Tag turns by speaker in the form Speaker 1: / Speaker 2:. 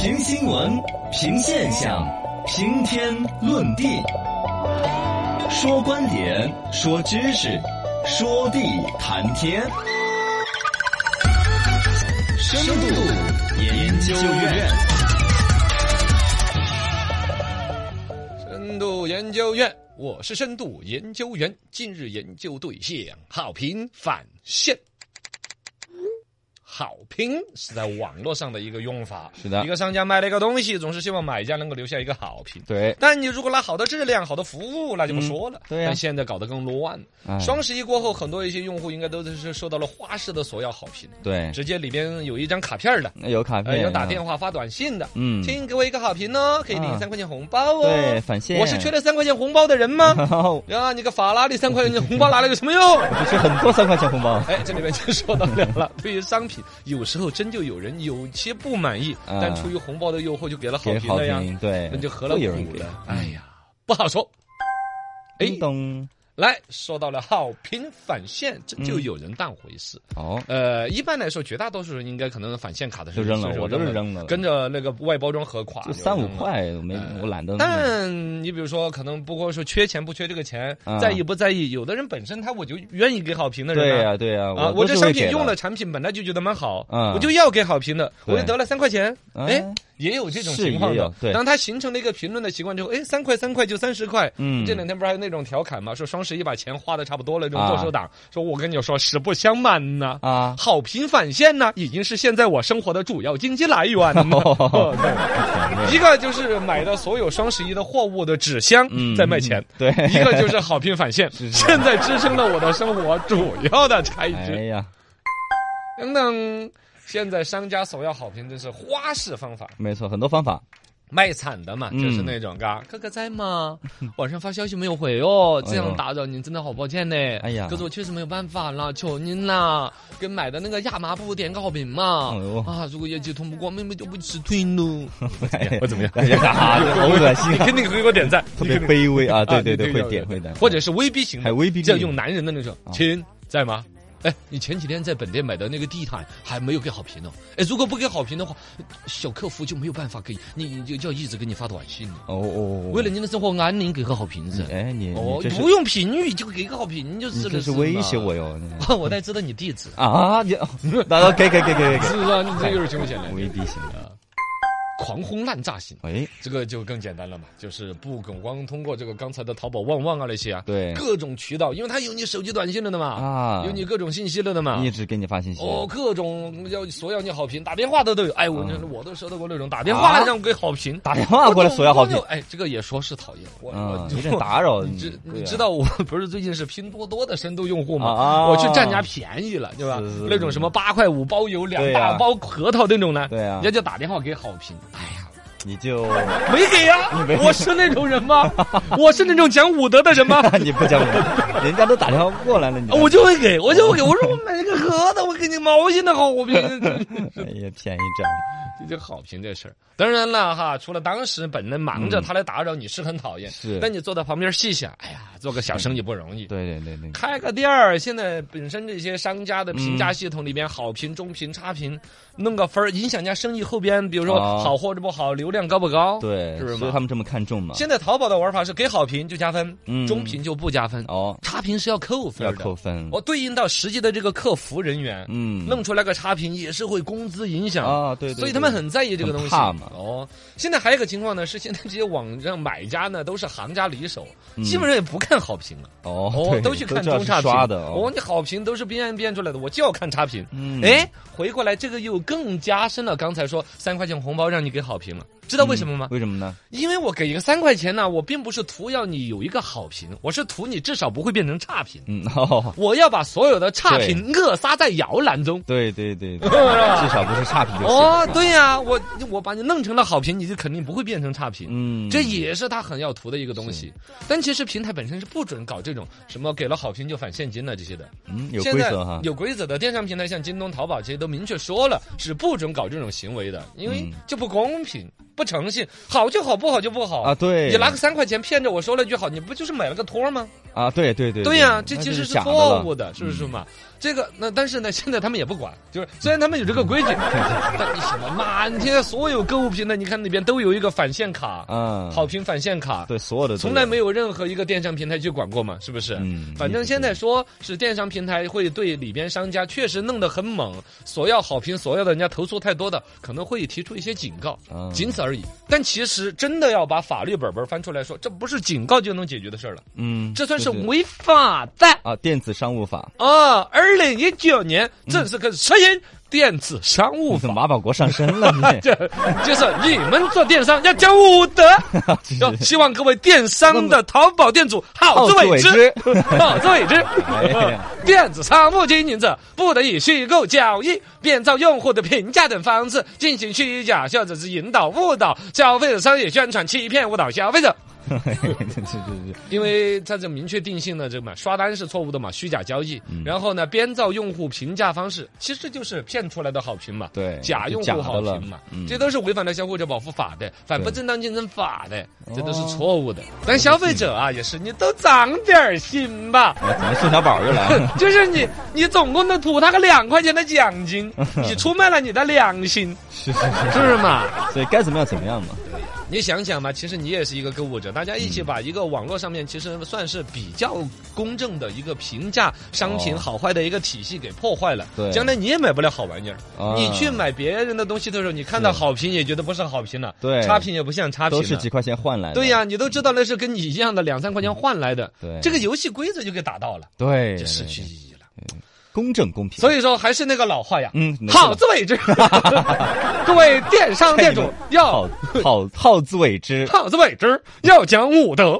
Speaker 1: 评新闻，评现象，评天论地，说观点，说知识，说地谈天。深度研究院，
Speaker 2: 深度研究院，我是深度研究员。近日研究对象：好评返现。好评是在网络上的一个用法，
Speaker 3: 是的
Speaker 2: 一个商家卖了一个东西，总是希望买家能够留下一个好评。
Speaker 3: 对，
Speaker 2: 但你如果拿好的质量、好的服务，那就不说了。
Speaker 3: 嗯对呀
Speaker 2: 但现在搞得更乱。
Speaker 3: 哎
Speaker 2: 双十一过后，很多一些用户应该都是受到了花式的索要好评，
Speaker 3: 对，
Speaker 2: 直接里边有一张卡片儿的，
Speaker 3: 那有卡
Speaker 2: 呃，
Speaker 3: 片，啊
Speaker 2: 有打电话发短信的，
Speaker 3: 哎嗯
Speaker 2: 请给我一个好评哦，可以领
Speaker 3: 啊
Speaker 2: 三块钱红包哦。
Speaker 3: 对返现
Speaker 2: 我是缺了三块钱红包的 人吗？
Speaker 3: 话，
Speaker 2: 呀，你个法拉利三块钱红包拿来有什么用？
Speaker 3: 你是很多三块钱红包，
Speaker 2: 哎，这里面就说到了了。对于商品，有时候真就有人有些不满意，
Speaker 3: 啊
Speaker 2: 但出于红包的诱惑，就给了好
Speaker 3: 给
Speaker 2: 评
Speaker 3: 好
Speaker 2: 了呀，
Speaker 3: 评，对，
Speaker 2: 那就何乐
Speaker 3: 会
Speaker 2: 不
Speaker 3: 有人
Speaker 2: 苦
Speaker 3: 给嗯
Speaker 2: 了。哎呀，不好说。哎，
Speaker 3: 叮咚，
Speaker 2: 来说到了好评返现，这
Speaker 3: 嗯
Speaker 2: 就有人当回事。
Speaker 3: 哦，
Speaker 2: 呃，一般来说，绝大多数人应该可能返现卡的时候
Speaker 3: 就扔了
Speaker 2: 随手
Speaker 3: 我都是扔了
Speaker 2: 跟着那个外包装盒垮，
Speaker 3: 就三五
Speaker 2: 扔了。
Speaker 3: 块，我没，我懒得，
Speaker 2: 哎但你比如说，可能不过说缺钱不缺这个钱，
Speaker 3: 啊
Speaker 2: 在意不在意？有的人本身他我就愿意给好评的人、
Speaker 3: 对呀对呀，
Speaker 2: 啊，
Speaker 3: 我
Speaker 2: 我
Speaker 3: 都
Speaker 2: 这
Speaker 3: 是
Speaker 2: 商
Speaker 3: 会
Speaker 2: 品
Speaker 3: 给
Speaker 2: 用
Speaker 3: 的
Speaker 2: 了，，产品本来就觉得蛮好，
Speaker 3: 嗯
Speaker 2: 我就要给好评的，
Speaker 3: 对
Speaker 2: 我就得了三块钱，哎
Speaker 3: 哎，
Speaker 2: 也有这种
Speaker 3: 是
Speaker 2: 情况
Speaker 3: 也
Speaker 2: 的
Speaker 3: 有。对
Speaker 2: 当他形成了一个评论的习惯之后，哎，三块三块就三十块。
Speaker 3: 嗯
Speaker 2: 这两天不是还有那种调侃吗？说双十一把钱花的差不多了，这种
Speaker 3: 啊
Speaker 2: 剁手党，说我跟你说，实不相瞒呐，
Speaker 3: 啊，
Speaker 2: 好评返现呢，已经是现在我生活的主要经济来源了
Speaker 3: 哦
Speaker 2: 对一个就是买的所有双十一的货物的纸箱
Speaker 3: 嗯，
Speaker 2: 在卖钱，
Speaker 3: 对，
Speaker 2: 一个就是好评返现，
Speaker 3: 是是
Speaker 2: 现在支撑了我的生活主要的开支
Speaker 3: 哎。呀，
Speaker 2: 等等，现在商家索要好评真是花式方法，
Speaker 3: 没错，很多方法，
Speaker 2: 卖惨的嘛，就是
Speaker 3: 嗯
Speaker 2: 那种嘎，哥哥 在吗？晚上发消息没有回哦，这
Speaker 3: 哎
Speaker 2: 样
Speaker 3: 呦
Speaker 2: 打扰您真的好抱歉呢。
Speaker 3: 哎呀
Speaker 2: 可是我确实没有办法了，求您啦，给买的那个亚麻布点个好评嘛
Speaker 3: 哎呦。
Speaker 2: 啊，如果业绩通不过，妹妹就不吃退喽。
Speaker 3: 哎
Speaker 2: 我怎么样？
Speaker 3: 哎呀，啊这好恶心
Speaker 2: 你
Speaker 3: 啊，
Speaker 2: 肯定给我点赞，
Speaker 3: 特别卑微啊，对
Speaker 2: 啊
Speaker 3: 对对，会
Speaker 2: 要
Speaker 3: 点
Speaker 2: 要
Speaker 3: 会点，
Speaker 2: 或者是威逼型的，
Speaker 3: 还威逼利哦
Speaker 2: 就
Speaker 3: 诱
Speaker 2: 用男人的那种，亲在吗？哎，你前几天在本店买的那个地毯还没有给好评呢。哎，如果不给好评的话，小客服就没有办法给你，你就就要一直给你发短信了。
Speaker 3: 哦哦，
Speaker 2: 为了您的生活安宁，给个好评噻。
Speaker 3: 哎你
Speaker 2: 哦
Speaker 3: 你这，是
Speaker 2: 不用评语就给个好评就是
Speaker 3: 你
Speaker 2: 了。
Speaker 3: 这是
Speaker 2: 嘛
Speaker 3: 威胁我。哟，你
Speaker 2: 我才知道你 地址，
Speaker 3: 啊你，那给给给给给
Speaker 2: 是
Speaker 3: 给，
Speaker 2: 不是啊？你这有点凶险了。
Speaker 3: 威逼型的，
Speaker 2: 狂轰滥炸型，
Speaker 3: 哎，
Speaker 2: 这个就更简单了嘛，就是不光光通过这个刚才的淘宝、旺旺啊那些啊，
Speaker 3: 对
Speaker 2: 各种渠道，因为它有你手机短信了的嘛，
Speaker 3: 啊
Speaker 2: 有你各种信息了的嘛
Speaker 3: 一。直给你发信息，
Speaker 2: 哦，各种要索要你好评，打电话的都有。哎，我、
Speaker 3: 嗯
Speaker 2: 我都收到过那种打电话
Speaker 3: 啊
Speaker 2: 让我给好评，
Speaker 3: 打电话过来索要好评
Speaker 2: 我就。哎，这个也说是讨厌我，
Speaker 3: 嗯
Speaker 2: 我，
Speaker 3: 有点打扰
Speaker 2: 你
Speaker 3: 你
Speaker 2: 知
Speaker 3: 对
Speaker 2: 你
Speaker 3: 啊
Speaker 2: 知道我不是最近是拼多多的深度用户吗？
Speaker 3: 啊
Speaker 2: 我去占人家便宜了，对吧
Speaker 3: 是是？
Speaker 2: 那种什么八块五包邮、两
Speaker 3: 对
Speaker 2: 大
Speaker 3: 啊
Speaker 2: 包核桃那种呢，
Speaker 3: 对啊
Speaker 2: 人家就打电话给好评。哎 呀，
Speaker 3: 你就
Speaker 2: 没给呀、
Speaker 3: 没
Speaker 2: 我是那种人 吗？我是那种讲武德的人吗？
Speaker 3: 你不讲我，人家都打电话过来了，你
Speaker 2: 我就会给，我就会给。我说我买了个核桃，我给你毛线的好，我评。
Speaker 3: 哎呀便宜占
Speaker 2: 这就好评这事儿。当然了哈，除了当时本人忙着，他来打扰你是很讨厌，
Speaker 3: 嗯是
Speaker 2: 但你坐在旁边细想，哎呀，做个小生意不容易。
Speaker 3: 对对对对，
Speaker 2: 开个店儿，现在本身这些商家的评
Speaker 3: 嗯
Speaker 2: 价系统里边，好评、中评、差评，弄个分儿，影响人家生意后边，比如说
Speaker 3: 啊
Speaker 2: 好或者不好，流量高不 高？，
Speaker 3: 对，
Speaker 2: 是不是嘛
Speaker 3: 所以他们这么看重嘛？
Speaker 2: 现在淘宝的玩法是给好评就加分，
Speaker 3: 嗯
Speaker 2: 中评就不加分，
Speaker 3: 哦，
Speaker 2: 差评是要扣分
Speaker 3: 要
Speaker 2: 儿的。
Speaker 3: 扣分
Speaker 2: 我对应到实际的这个客服人员，
Speaker 3: 嗯
Speaker 2: 弄出来个差评也是会工资影响
Speaker 3: 啊，对，对
Speaker 2: 所以他们很在意这个东西。
Speaker 3: 很怕嘛
Speaker 2: 哦，现在还有一个情况呢，是现在这些网站买家呢都是行家里手，
Speaker 3: 嗯
Speaker 2: 基本上也不看好评了。
Speaker 3: 对哦，
Speaker 2: 哦
Speaker 3: 对，
Speaker 2: 都去看
Speaker 3: 知道
Speaker 2: 中
Speaker 3: 是
Speaker 2: 差评
Speaker 3: 刷的
Speaker 2: 哦，，你好评都是编编出来的，我就要看差评。
Speaker 3: 嗯
Speaker 2: 哎，回过来这个又更加深了刚才说三块钱红包让你给好评了，知道为什么吗？
Speaker 3: 嗯为什么呢？
Speaker 2: 因为我给一个三块钱呢，我并不是图要你有一个好评，我是图你至少不会变成差评。
Speaker 3: 嗯， 哦，
Speaker 2: 我要把所有的差评扼杀在摇篮中。
Speaker 3: 对对对， 对
Speaker 2: 吧
Speaker 3: 至少不是差评就行。
Speaker 2: 啊哦，对呀、我我把你弄成了好评，你就肯定不会变成差评。
Speaker 3: 嗯，
Speaker 2: 这也是他很要图的一个东西，但其实平台本身是不准搞这种什么给了好评就返现金了这些的。
Speaker 3: 嗯有
Speaker 2: 现
Speaker 3: 规
Speaker 2: 在
Speaker 3: 则哈，
Speaker 2: 有规则的电商平台，像京东、淘宝这些都明确说了是不准搞这种行为的，因为
Speaker 3: 嗯
Speaker 2: 就不公平、不诚信，好就好，不好就不好
Speaker 3: 啊，。对，
Speaker 2: 你拿个三块钱骗着我说了句好，你不就是买了个托吗？
Speaker 3: 啊，对对对，
Speaker 2: 对呀、
Speaker 3: 对
Speaker 2: 这
Speaker 3: 那
Speaker 2: 其
Speaker 3: 就
Speaker 2: 实
Speaker 3: 是
Speaker 2: 是
Speaker 3: 假的
Speaker 2: 错
Speaker 3: 了嗯
Speaker 2: 误的，是不是嘛？这个那但是呢，现在他们也不管，就是虽然他们有这个 规矩，但你什么满天所有购物平台，你看里边都有一个返现卡，
Speaker 3: 嗯，
Speaker 2: 好评返现卡，
Speaker 3: 对，所有的都
Speaker 2: 从来没有任何一个电商平台去管过嘛，是不是？
Speaker 3: 嗯
Speaker 2: 反正现在说是电商平台会对里边商家确实弄得很猛，索要好评、索要的人家投诉太多的，可能会提出一些警告，
Speaker 3: 嗯
Speaker 2: 仅此而已。但其实真的要把法律本本翻出来说，这不是警告就能解决的事儿了，
Speaker 3: 嗯，
Speaker 2: 这算是
Speaker 3: 对对
Speaker 2: 违法的
Speaker 3: 啊，电子商务法，
Speaker 2: 啊！二零一九年
Speaker 3: 嗯
Speaker 2: 正式开始实行电子商务
Speaker 3: 你怎么
Speaker 2: 法。
Speaker 3: 马保国上身了？你
Speaker 2: 这就是你们做电商要讲武德，
Speaker 3: 啊
Speaker 2: 要希望各位电商的淘宝店主好自为之。
Speaker 3: 之，
Speaker 2: 好自为之
Speaker 3: 哎呀。
Speaker 2: 电子商务经营者不得以虚构、交易、编造用户的评价等方式进行虚假或者是引导、误导消费者、商业宣传、欺骗、误导消费者。
Speaker 3: 对对对
Speaker 2: 因为它这明确定性了，这个嘛，刷单是错误的嘛，虚假交易。
Speaker 3: 嗯
Speaker 2: 然后呢，编造用户评价方式，其实就是骗出来的好评嘛，
Speaker 3: 对
Speaker 2: 假用户好评嘛
Speaker 3: 就假的了，嗯
Speaker 2: 这都是违反了消费者保护法的、反不
Speaker 3: 对
Speaker 2: 正当竞争法的，这都是
Speaker 3: 哦
Speaker 2: 错误的。咱消费者啊，也是你都长点儿心吧。
Speaker 3: 哎怎么宋小宝又来了？
Speaker 2: 就是你，你总共能图他个两块钱的奖 金，你出卖了你的良心，
Speaker 3: 是是是，
Speaker 2: 是不是嘛？
Speaker 3: 所以该怎么样怎么样 嘛。
Speaker 2: 你想想嘛，其实你也是一个购物者，大家
Speaker 3: 嗯
Speaker 2: 一起把一个网络上面其实算是比较公正的一个评价商品
Speaker 3: 哦
Speaker 2: 好坏的一个体系给破坏了。
Speaker 3: 对
Speaker 2: 将来你也买不了好玩意儿。
Speaker 3: 啊
Speaker 2: 你去买别人的东西的时候，你看到好评也觉得不是好评了，
Speaker 3: 对
Speaker 2: 差评也不像差评
Speaker 3: 都是
Speaker 2: 了
Speaker 3: 几。块钱换来的。
Speaker 2: 对呀、你都知道那是跟你一样的两三块钱换来的，
Speaker 3: 嗯对
Speaker 2: 这个游戏规则就给打到了，
Speaker 3: 对，
Speaker 2: 就
Speaker 3: 对
Speaker 2: 失去
Speaker 3: 对
Speaker 2: 意义了。
Speaker 3: 公正公平。
Speaker 2: 所
Speaker 3: 以
Speaker 2: 以说，还是那个老话呀，
Speaker 3: 嗯没错
Speaker 2: 好自为之。 各位电商店主要
Speaker 3: 好好好自为之。
Speaker 2: 好自为之，要讲武德。